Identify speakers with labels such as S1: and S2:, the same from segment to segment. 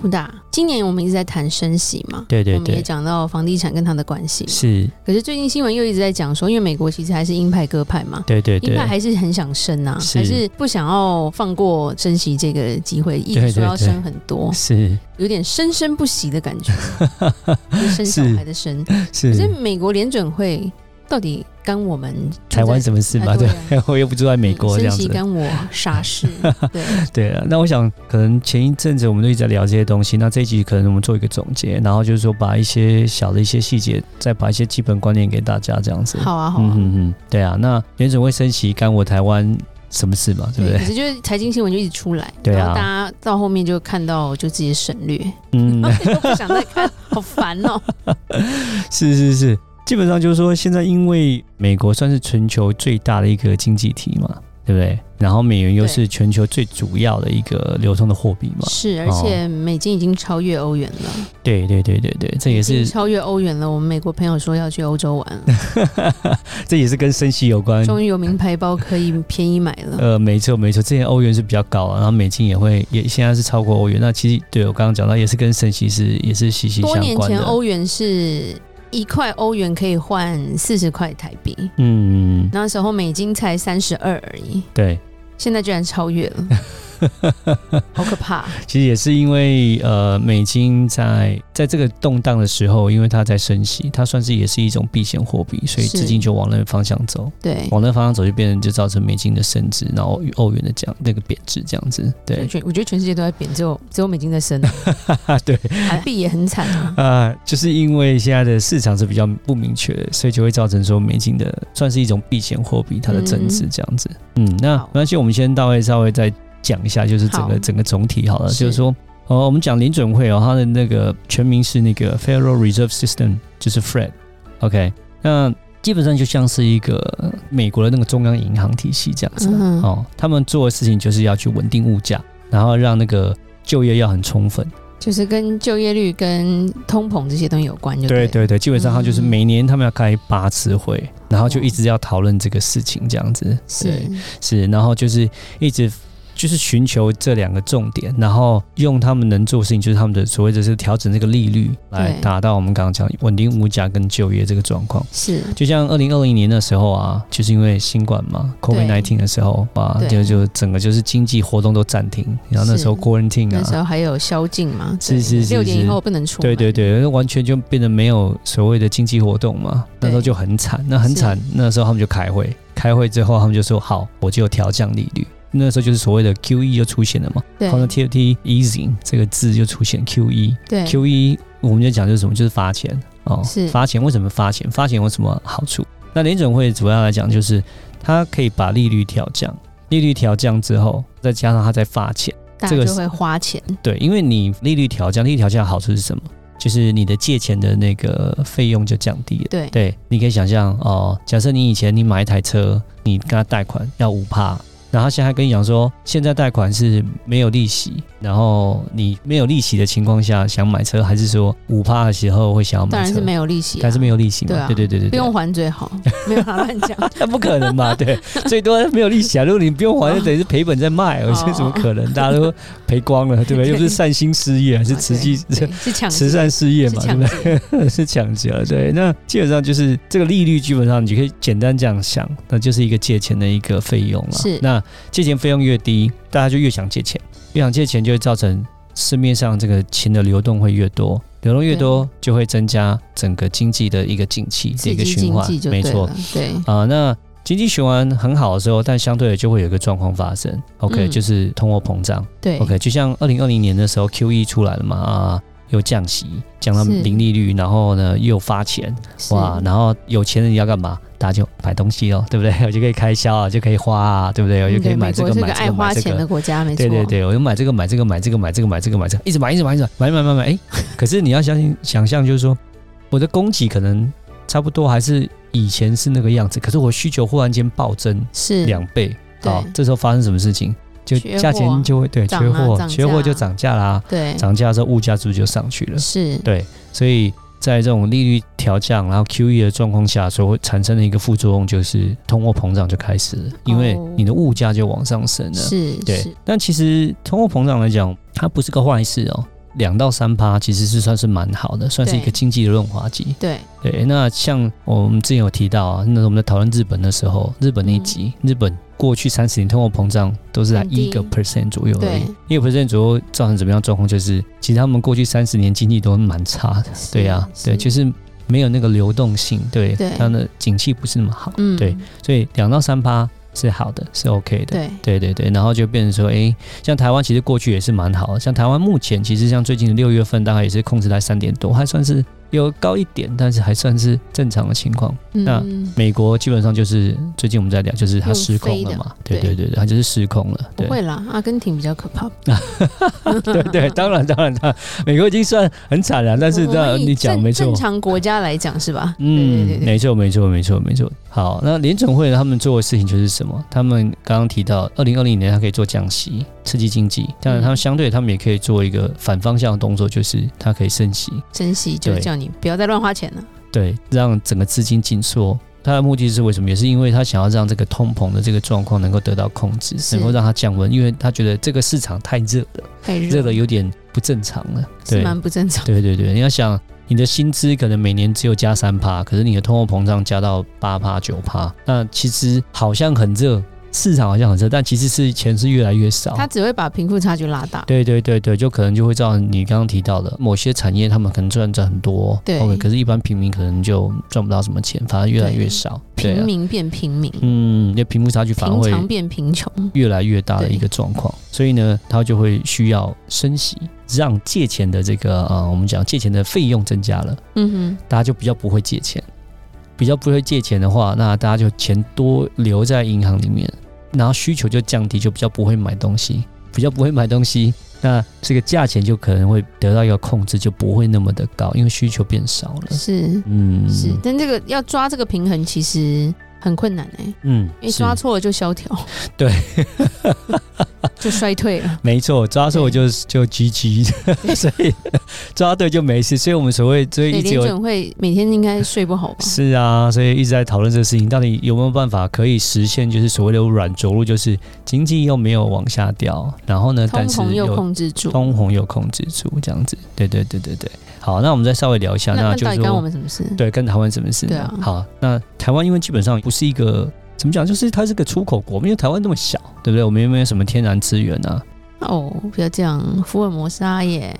S1: 布大，今年我们一直在谈升息嘛，
S2: 对对
S1: 我们也
S2: 对，
S1: 讲到房地产跟它的关系。
S2: 是，
S1: 可是最近新闻又一直在讲说，因为美国其实还是鹰派鸽派嘛。
S2: 对对
S1: 鹰
S2: 对
S1: 派，还是很想升啊，
S2: 是
S1: 还是不想要放过升息这个机会，一直
S2: 对
S1: 说
S2: 对
S1: 要
S2: 对
S1: 升很多，
S2: 是
S1: 有点生生不息的感 觉，就是生小
S2: 是
S1: 孩的生。可是
S2: 是，
S1: 美国联准会到底干我们
S2: 台湾什么事嘛？
S1: 哎对
S2: 对 嗯
S1: 啊，
S2: 我又不住在美国这
S1: 升
S2: 样
S1: 息
S2: 子。
S1: 干我 啥事？对，
S2: 对啊，那我想可能前一阵子我们都一直在聊这些东西，那这一集可能我们做一个总结，然后就是说把一些小的一些细节，再把一些基本观念给大家这样子。
S1: 好啊，好
S2: 嗯
S1: 啊。
S2: 嗯嗯，对啊，那联准会升息干我台湾什么事嘛？对不
S1: 对，
S2: 对？
S1: 可是就是财经新闻就一直出来，
S2: 对啊
S1: 然后大家到后面就看到就自己省略，
S2: 嗯，
S1: 都不想再看， 好烦 哦、
S2: 是是是，基本上就是说，现在因为美国算是全球最大的一个经济体嘛，对不对？然后美元又是全球最主要的一个流通的货币嘛，
S1: 是，而且美金已经超越欧元了，
S2: 对对对对对，这也
S1: 已经
S2: 是
S1: 超越欧元了。我们美国朋友说要去欧洲玩，
S2: 这也是跟升息有关。
S1: 终于有名牌包可以便宜买了。
S2: 嗯呃，没错没错，之前欧元是比较高啊，然后美金也会也现在是超过欧元。那其实对我刚刚讲到，也是跟升息是也是息息
S1: 多
S2: 相
S1: 年
S2: 关
S1: 前
S2: 的。
S1: 欧元是一块欧元可以换四十块台币，
S2: 嗯，
S1: 那时候美金才三十二而已，
S2: 对。
S1: 现在居然超越 了，好可怕！
S2: 其实也是因为呃，美金在在这个动荡的时候，因为它在升息，它算是也是一种避险货币，所以
S1: 是
S2: 资金就往那个方向走，
S1: 对，
S2: 往那个方向走就变成就造成美金的升值，然后欧元的这样那个贬值这样子。 对
S1: 全我觉得全世界都在贬，只有只有美金在升，
S2: 啊，对
S1: 韩币也很惨啊。
S2: 啊，就是因为现在的市场是比较不明确的，所以就会造成说美金的算是一种避险货币，它的增值这样子。嗯，那
S1: 好
S2: 没关系，我们先大概稍微再讲一下，就是整
S1: 好
S2: 个整个总体好了，
S1: 是
S2: 就是说，哦，我们讲联准会哦，它的那个全名是那个 Federal Reserve System，就是 Fed。OK，那基本上就像是一个美国的那个中央银行体系这样子。
S1: 嗯哼
S2: 哦，他们做的事情就是要去稳定物价，然后让那个就业要很充分。
S1: 就是跟就业率、跟通膨这些东西有关就
S2: 对
S1: 对
S2: 对
S1: 了
S2: 对，基本上他就是
S1: 嗯哦
S2: 每年他们要开八次会，然后就一直要讨论这个事情，这样子对
S1: 是
S2: 是，然后就是一直就是寻求这两个重点，然后用他们能做的事情，就是他们的所谓的是调整这个利率，来
S1: 对
S2: 达到我们刚刚讲稳定物价跟就业这个状况。
S1: 是
S2: 就像二零二零年的时候啊，就是因为新冠嘛，COVID nineteen 的时候啊，
S1: 对
S2: 就就整个就是经济活动都暂停，然后那时候
S1: 是
S2: quarantine
S1: 那时
S2: 啊，
S1: 候还有宵禁嘛，
S2: 是是是
S1: 六点以
S2: 是
S1: 后不能出
S2: 对
S1: 门，
S2: 对对，完全就变得没有所谓的经济活动嘛，那时候
S1: 对
S2: 就很惨，那很惨。那时候他们就开会，开会之后他们就说好，我就调降利率。那时候就是所谓的 QE 就出现了嘛
S1: 对
S2: ，quantitative easing 这个字就出现 QE。
S1: 对
S2: QE E 我们就讲就是什么，就是发钱哦
S1: 是，
S2: 发钱为什么发钱？发钱有什么好处？那联准会主要来讲就是它可以把利率调降，利率调降之后，再加上它在发钱。
S1: 大
S2: 这
S1: 家
S2: 个
S1: 就是会花钱，
S2: 对，因为你利率调降，利率调降的好处是什么？就是你的借钱的那个费用就降低了。
S1: 对
S2: 对，你可以想象哦，假设你以前你买一台车，你跟他贷款要五趴，然后他现在跟你讲说，现在贷款是没有利息，然后你没有利息的情况下想买车，还是说五趴的时候会想要买车？
S1: 当然是没有利息啊，
S2: 但是没有利息嘛？
S1: 对啊
S2: 对对对对
S1: 不
S2: 对
S1: 用还最好， 没有啦乱讲，
S2: 那不可能嘛？对，最多没有利息啊。如果你不用还，
S1: 哦
S2: 就等于是赔本在卖，我觉得怎么可能？大家都赔光了，对不对？
S1: 对
S2: 又不是善心事业，还是慈济
S1: 啊对对是抢 劫
S2: 慈善事业
S1: 是
S2: 嘛，对
S1: 抢
S2: 不
S1: 劫，
S2: 对？ 是抢劫了，对。那基本上就是这个利率，基本上你可以简单这样想，那就是一个借钱的一个费用了。
S1: 是
S2: 那借钱费用越低，大家就越想借钱，越想借钱就会造成市面上这个钱的流动会越多。流动越多，就会增加整个经济的一个景气，
S1: 刺
S2: 一个
S1: 激
S2: 循
S1: 经
S2: 环
S1: 济，就
S2: 没
S1: 对
S2: 错
S1: 了，，对。
S2: 啊、那经济循环很好的时候，但相对的就会有一个状况发生。OK，、
S1: 嗯
S2: 就是通货膨胀。
S1: 对
S2: OK，就像二零二零年的时候，QE 出来了嘛，啊，又降息，降到
S1: 是
S2: 零利率，然后呢又发钱，
S1: 是
S2: 哇，然后有钱人要干嘛？大家就买东西哦，对不对？ 我就可以开销啊，就可以花啊，对不对？我
S1: 嗯
S2: 就可以
S1: 对
S2: 买
S1: 美
S2: 这
S1: 国
S2: 个
S1: 是
S2: 买这
S1: 爱
S2: 个
S1: 花
S2: 买这
S1: 钱的
S2: 个。
S1: 国家，没错，
S2: 对对对，我就买这个买这个买这个买这个买这个买这个，一直买一直买一直买买买买买，哎，可是你要相信想象，就是说我的供给可能差不多还是以前是那个样子，可是我需求忽然间暴增
S1: 是
S2: 两倍，
S1: 对
S2: 好，这时候发生什么事情？就
S1: 缺货
S2: 价钱就会对
S1: 涨
S2: 缺
S1: 啊
S2: 货，
S1: 涨
S2: 缺货
S1: 价
S2: 就涨价啦，
S1: 对
S2: 涨价的时候物价是不是就上去了？
S1: 是
S2: 对，所以在这种利率调降，然后 QE 的状况下，所会产生的一个副作用就是通货膨胀就开始了，因为
S1: 哦
S2: 你的物价就往上升了。
S1: 是
S2: 对
S1: 是，
S2: 但其实通货膨胀来讲，它不是个坏事哦。两到三趴其实是算是蛮好的，算是一个
S1: 对
S2: 经济的润滑剂。
S1: 对
S2: 对，那像我们之前有提到啊，那时候我们在讨论日本的时候，日本那一集，
S1: 嗯
S2: 日本过去三十年通货膨胀都是在
S1: 很
S2: 一
S1: 低
S2: 个 percent 左右而已
S1: 嗯对，
S2: 一个 percent 左右造成怎么样的状况？就是其实他们过去三十年经济都蛮差的，对呀、对，就是是没有那个流动性，对，
S1: 对
S2: 它的景气不是那么好，
S1: 嗯
S2: 对所以两到三趴是好的，是 OK 的。
S1: 对
S2: 对对对，然后就变成说，诶，像台湾其实过去也是蛮好的，像台湾目前其实像最近的六月份，大概也是控制在三点多，还算是有高一点，但是还算是正常的情况。那
S1: 嗯
S2: 美国基本上就是最近我们在聊，就是它
S1: 用
S2: 失控
S1: 飞
S2: 了
S1: 的
S2: 嘛，对对对
S1: 对
S2: 对，它就是失控了，
S1: 不
S2: 对
S1: 会啦，阿根廷比较可怕。
S2: 对对，当然当然，当然，美国已经算很惨了，但是
S1: 我
S2: 当然
S1: 们以
S2: 你讲
S1: 正
S2: 没错
S1: 正，常国家来讲是吧？
S2: 嗯，
S1: 对对对
S2: 没错，没错，没错，没错。好，那联总会他们做的事情就是什么？他们刚刚提到，二零二零年它可以做降息，刺激经济，当然他们相对他们也可以做一个反方向的动作，就是它可以升息，
S1: 珍惜就
S2: 对
S1: 叫你不要再乱花钱了。
S2: 对，让整个资金紧缩。它的目的是为什么？也是因为他想要让这个通膨的这个状况能够得到控制，
S1: 是
S2: 能够让它降温，因为他觉得这个市场太热了，
S1: 太热
S2: 热的有点不正常了。
S1: 是
S2: 对。
S1: 蛮不正常。
S2: 对对对，你要想你的薪资可能每年只有加三趴，可是你的通货膨胀加到八趴九趴，那其实好像很热，市场好像很热，但其实是钱是越来越少。
S1: 他只会把贫富差距拉大。
S2: 对对对对，就可能就会造成你刚刚提到的某些产业，他们可能赚赚很多，
S1: 对
S2: OK，可是一般平民可能就赚不到什么钱，反而越来越
S1: 对
S2: 少。对
S1: 平
S2: 啊，
S1: 民变平民，
S2: 嗯，那贫富差距反而
S1: 平
S2: 会
S1: 常变贫穷。
S2: 越来越大的
S1: 对
S2: 一个状况，所以呢，它就会需要升息，让借钱的这个呃，我们讲借钱的费用增加了。
S1: 嗯
S2: 大家就比较不会借钱，比较不会借钱的话，那大家就钱多留在银行里面，然后需求就降低，就比较不会买东西，比较不会买东西，那这个价钱就可能会得到一个控制，就不会那么的高，因为需求变少了
S1: 哼，。是
S2: 嗯，
S1: 是，但这个要抓这个平衡其实很困难哎、
S2: 嗯，
S1: 因为
S2: 是
S1: 抓错了就萧条，
S2: 对，
S1: 就衰退了。
S2: 没错，抓错我就就 GG，
S1: 对
S2: 所以 抓对就没事，所以我们所谓所以
S1: 对，
S2: 一直
S1: 联
S2: 有
S1: 准会每天应该睡不好吧？
S2: 是啊，所以一直在讨论这个事情，到底有没有办法可以实现，就是所谓的软着陆，就是经济又没有往下掉，然后呢，
S1: 通
S2: 但是
S1: 膨又
S2: 又
S1: 控制住，
S2: 通膨又控制住这样子。对对对对对。好，那我们再稍微聊一下，
S1: 那
S2: 那
S1: 那
S2: 就
S1: 到
S2: 是
S1: 底干我
S2: 说，
S1: 们什么事？
S2: 对，跟台湾什么事呢？
S1: 对啊
S2: 好，那台湾因为基本上不是一个怎么讲，就是它是个出口国，因为台湾那么小，对不对？我们又没有什么天然资源啊，
S1: 哦，不要这样，福尔摩 沙耶，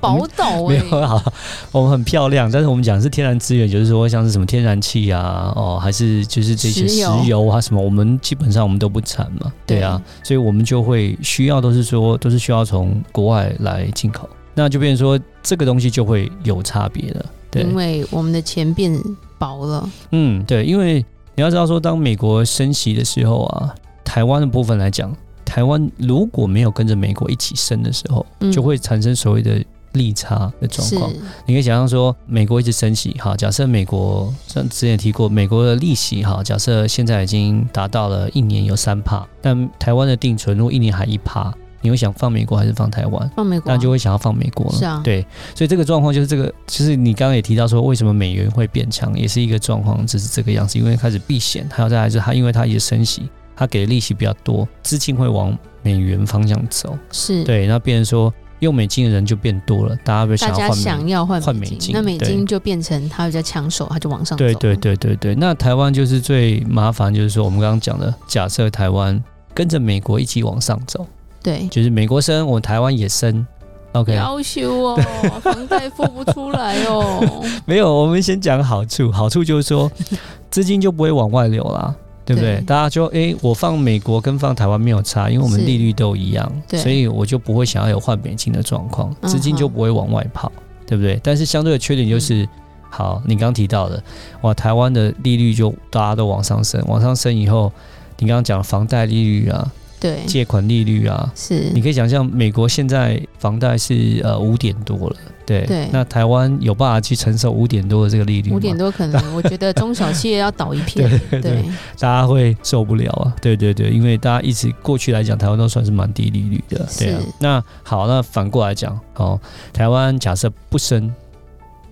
S1: 宝岛
S2: 没
S1: 哎，
S2: 有啊好，我们很漂亮，但是我们讲的是天然资源，就是说像是什么天然气啊，哦，还是就是这些
S1: 石
S2: 石
S1: 油
S2: 油啊什么，我们基本上我们都不产嘛，对啊，所以我们就会需要都是说都是需要从国外来进口，那就变成说这个东西就会有差别了，对，
S1: 因为我们的钱变薄了，
S2: 嗯，对，因为你要知道说，当美国升息的时候啊，台湾的部分来讲，台湾如果没有跟着美国一起升的时候，
S1: 嗯
S2: 就会产生所谓的利差的状
S1: 是
S2: 况。你可以想象说，美国一直升息，哈，假设美国像之前也提过，美国的利息，哈，假设现在已经达到了一年有三帕，但台湾的定存如果一年还一帕，你会想放美国还是放台湾？
S1: 放美国
S2: 当
S1: 啊
S2: 然就会想要放美国了。
S1: 是啊
S2: 对，所以这个状况就是这个，就是你刚刚也提到说，为什么美元会变强，也是一个状况，就是这个样子，因为开始避险，还有再来就是它，因为它也升息，它给的利息比较多，资金会往美元方向走。
S1: 是
S2: 对，那变成说用美金的人就变多了，大家会
S1: 大
S2: 想要
S1: 家
S2: 换美
S1: 想要换
S2: 换
S1: 美
S2: 美
S1: 金，
S2: 金
S1: 那美
S2: 对
S1: 金就变成它比较抢手，它就往上走。
S2: 对对，对对对，那台湾就是最麻烦，就是说我们刚刚讲的，假设台湾跟着美国一起往上走，
S1: 对，
S2: 就是美国升，我们台湾也升。OK，
S1: 要求哦，房贷付不出来 哦，
S2: 没有，我们先讲好处。好处就是 说，资金就不会往外流啦，对不对？
S1: 对
S2: 大家就诶，我放美国跟放台湾没有差，因为我们
S1: 是
S2: 利率都一样，
S1: 对
S2: 所以我就不会想要有换美金的状况，
S1: 嗯哼
S2: 资金就不会往外跑，对不对？但是相对的缺点就是。
S1: 嗯
S2: 好，你刚提到的，哇，台湾的利率就大家都往上升，往上升以后，你刚刚讲房贷利率啊，
S1: 对，
S2: 借款利率啊，
S1: 是
S2: 你可以想象，美国现在房贷是呃五点多了，对
S1: 对
S2: 那台湾有办法去承受五点多的这个利率吗？
S1: 五点多可能，我觉得中小企业要倒一片。
S2: 对
S1: 对，
S2: 大家会受不了啊！对对对，因为大家一直过去来讲，台湾都算是蛮低利率的，对啊
S1: 是。
S2: 那好，那反过来讲，哦，台湾假设不升，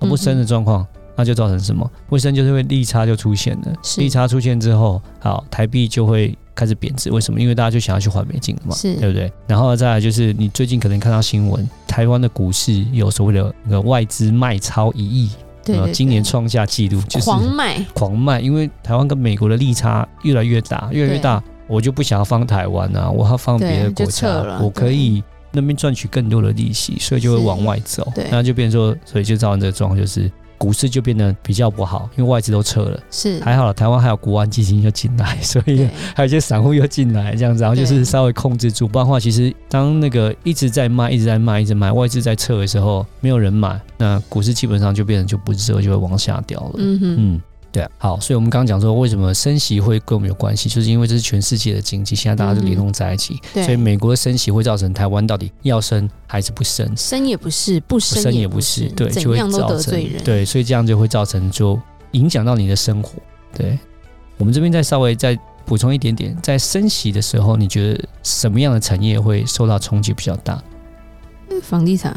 S2: 哦、不
S1: 嗯
S2: 升的状况，那就造成什么？不升就是会利差就出现了，
S1: 是
S2: 利差出现之后，好，台币就会开始贬值。为什么？因为大家就想要去还美金了嘛，
S1: 是
S2: 对不对？然后再来就是你最近可能看到新闻，台湾的股市有所谓的那个外资卖超一亿，
S1: 对
S2: 呃
S1: 对，
S2: 今年
S1: 对
S2: 创下纪录，就是
S1: 狂卖，
S2: 狂卖，因为台湾跟美国的利差越来越大，越来越大，我就不想要放台湾啊，我要放别的国
S1: 对就撤
S2: 家
S1: 了，
S2: 我可以那边赚取更多的利息，所以就会往外走
S1: 对，
S2: 那就变成说，所以就造成这个状况，就是股市就变得比较不好，因为外资都撤了，
S1: 是
S2: 还好了，台湾还有国安基金又进来，所以
S1: 嗯对
S2: 还有一些散户又进来，这样子，然后就是
S1: 对
S2: 稍微控制住。不然的话，其实当那个一直在卖、一直在卖、一直卖，外资在撤的时候，没有人买，那股市基本上就变成就不热，就会往下掉了。
S1: 嗯哼，
S2: 嗯，对啊。好，所以我们刚刚讲说，为什么升息会跟我们有关系，就是因为这是全世界的经济，现在大家都联动在一起，
S1: 嗯对
S2: 所以美国的升息会造成台湾到底要升还是不升，
S1: 生也不是，不
S2: 不
S1: 生
S2: 也
S1: 不
S2: 是，对，就
S1: 怎
S2: 会
S1: 样都
S2: 造
S1: 得罪
S2: 成
S1: 人。
S2: 对，所以这样就会造成就影响到你的生活。对，我们这边再稍微再补充一点点，在升息的时候，你觉得什么样的产业会受到冲击比较大？
S1: 房地产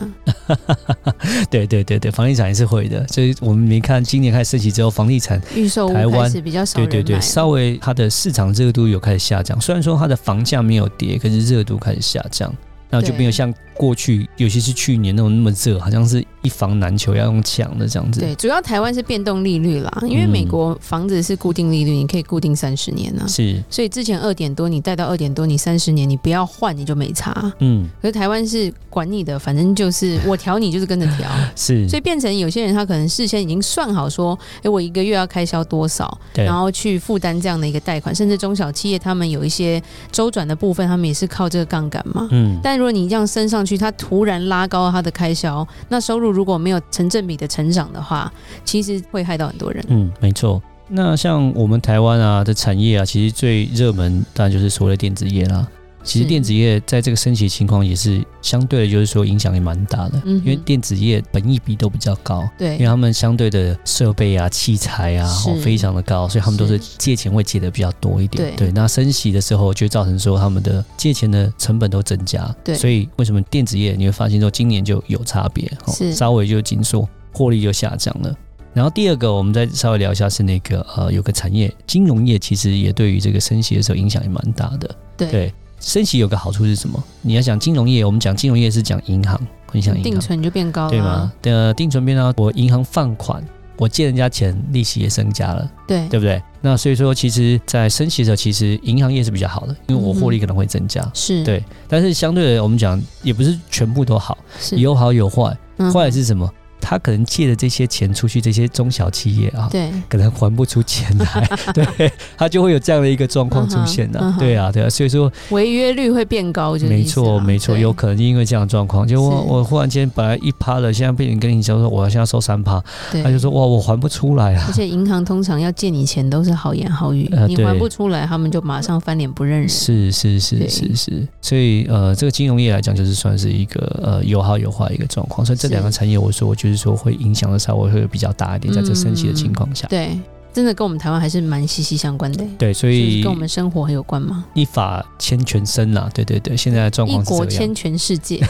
S2: 对对对对，房地产也是会的，所以我们没看今年开始升息之后，房地产
S1: 预售屋
S2: 台湾
S1: 开始比较少
S2: 对
S1: 人
S2: 对对，
S1: 买了
S2: 稍微它的市场热度有开始下降，虽然说它的房价没有跌，可是热度开始下降，那就没有
S1: 对
S2: 像过去，尤其是去年那种那么热，好像是一房难求，要用抢的这样子。
S1: 对，主要台湾是变动利率啦，因为
S2: 嗯
S1: 美国房子是固定利率，你可以固定三十年呢、啊
S2: 是，
S1: 所以之前二点多，你贷到二点多，你三十年你不要换，你就没差。
S2: 嗯，
S1: 可是台湾是管你的，反正就是我调你就是跟着调，
S2: 是，
S1: 所以变成有些人他可能事先已经算好说，诶、我一个月要开销多少，
S2: 对
S1: 然后去负担这样的一个贷款，甚至中小企业他们有一些周转的部分，他们也是靠这个杠杆嘛。
S2: 嗯，
S1: 但如果你这样升上去，它突然拉高它的开销，那收入如果没有成正比的成长的话，其实会害到很多人。
S2: 嗯，没错。那像我们台湾啊的产业啊，其实最热门当然就是所谓的电子业啦。其实
S1: 是
S2: 电子业在这个升息情况也是相对的，就是说影响也蛮大的，
S1: 嗯
S2: 因
S1: 哼
S2: 为电子业本益比都比较高，因为
S1: 对，
S2: 他们相对的设备啊、器材啊、
S1: 哎是
S2: 哦非常的高，所以他们都是
S1: 是
S2: 借钱会借的比较多一点。
S1: 对
S2: 那升息的时候就会造成说他们的借钱的成本都增加。
S1: 对
S2: 所以为什么电子业你会发现说今年就有差别，哦
S1: 是
S2: 稍微就紧缩，获利就下降了。然后第二个，我们再稍微聊一下是那个呃，有个产业，金融业其实也对于这个升息的时候影响也蛮大的。
S1: 对
S2: 对，升息有个好处是什么？你要讲金融业，我们讲金融业是讲银行，影响银行
S1: 定。存就变高
S2: 对
S1: 了
S2: 吗
S1: 啊。？
S2: 呃，定存变到我银行放款，我借人家钱，利息也增加了，
S1: 对
S2: 对不对？那所以说，其实，在升息的时候，其实银行业是比较好的，因为我获利可能会增加。
S1: 是，
S2: 对，但是相对的，我们讲也不是全部都好，
S1: 是
S2: 有好有坏。
S1: 嗯
S2: 坏的是什么？他可能借的这些钱出去，这些中小企业啊，
S1: 对
S2: 可能还不出钱 来，对他就会有这样的一个状况出现的、
S1: 嗯哼嗯哼
S2: 对啊，对啊，所以说
S1: 违约率会变高，就是
S2: 没
S1: 意思啦啊
S2: 错，没错，
S1: 对
S2: 有可能因为这样的状况，就我
S1: 是
S2: 我忽然间本来一趴了，现在被人跟你讲说我要现在收三趴，
S1: 对，
S2: 他就说哇我还不出来啊
S1: 而，且银行通常要借你钱都是好言好语，
S2: 呃
S1: 你
S2: 对
S1: 还不出来，他们就马上翻脸不认人。
S2: 是是是
S1: 对
S2: 是是，所以呃这个金融业来讲就是算是一个呃有好有坏的一个状况，所以这
S1: 是
S2: 两个产业我说我就是说会影响的稍微会比较大一点，在这升息的情况下，
S1: 对，真的跟我们台湾还是蛮息息相关的，
S2: 对，所
S1: 就是
S2: 以
S1: 跟我们生活很有关嘛。
S2: 一法牵全身啦，对对对，现在的状
S1: 一
S2: 况
S1: 国
S2: 是这
S1: 牵全 世界，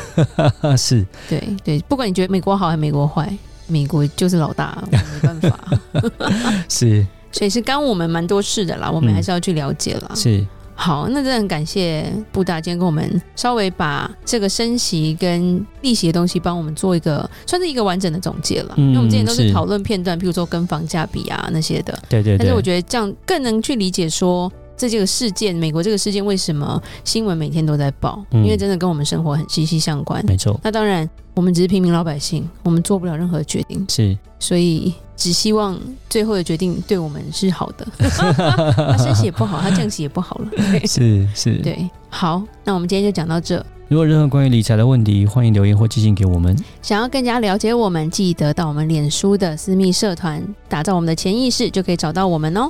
S2: 样，是
S1: 对对，不管你觉得美国好还是美国坏，美国就是老大，我们没办法。
S2: 是
S1: 所以是干我们蛮多事的啦，我们
S2: 嗯
S1: 还是要去了解啦。
S2: 是，
S1: 好，那真的很感谢布达今天跟我们稍微把这个升息跟利息的东西帮我们做一个算是一个完整的总结了，
S2: 嗯
S1: 因为我们之前都
S2: 是
S1: 是讨论片段，譬如说跟房价比啊那些的，
S2: 对对
S1: 但
S2: 对
S1: 是我，觉得这样更能去理解说。这这个事件，美国这个事件为什么新闻每天都在报？
S2: 嗯
S1: 因为真的跟我们生活很息息相关。
S2: 没错，
S1: 那当然，我们只是平民老百姓，我们做不了任何决定，
S2: 是。
S1: 所以只希望最后的决定对我们是好 的。他升息也不好，他降息也不好了。 对
S2: 是是，
S1: 对，好，那我们今天就讲到这。
S2: 如果有任何关于理财的问题，欢迎留言或寄信给我们。
S1: 想要更加了解我们，记得到我们脸书的私密社团，打造我们的潜意识，就可以找到我们哦。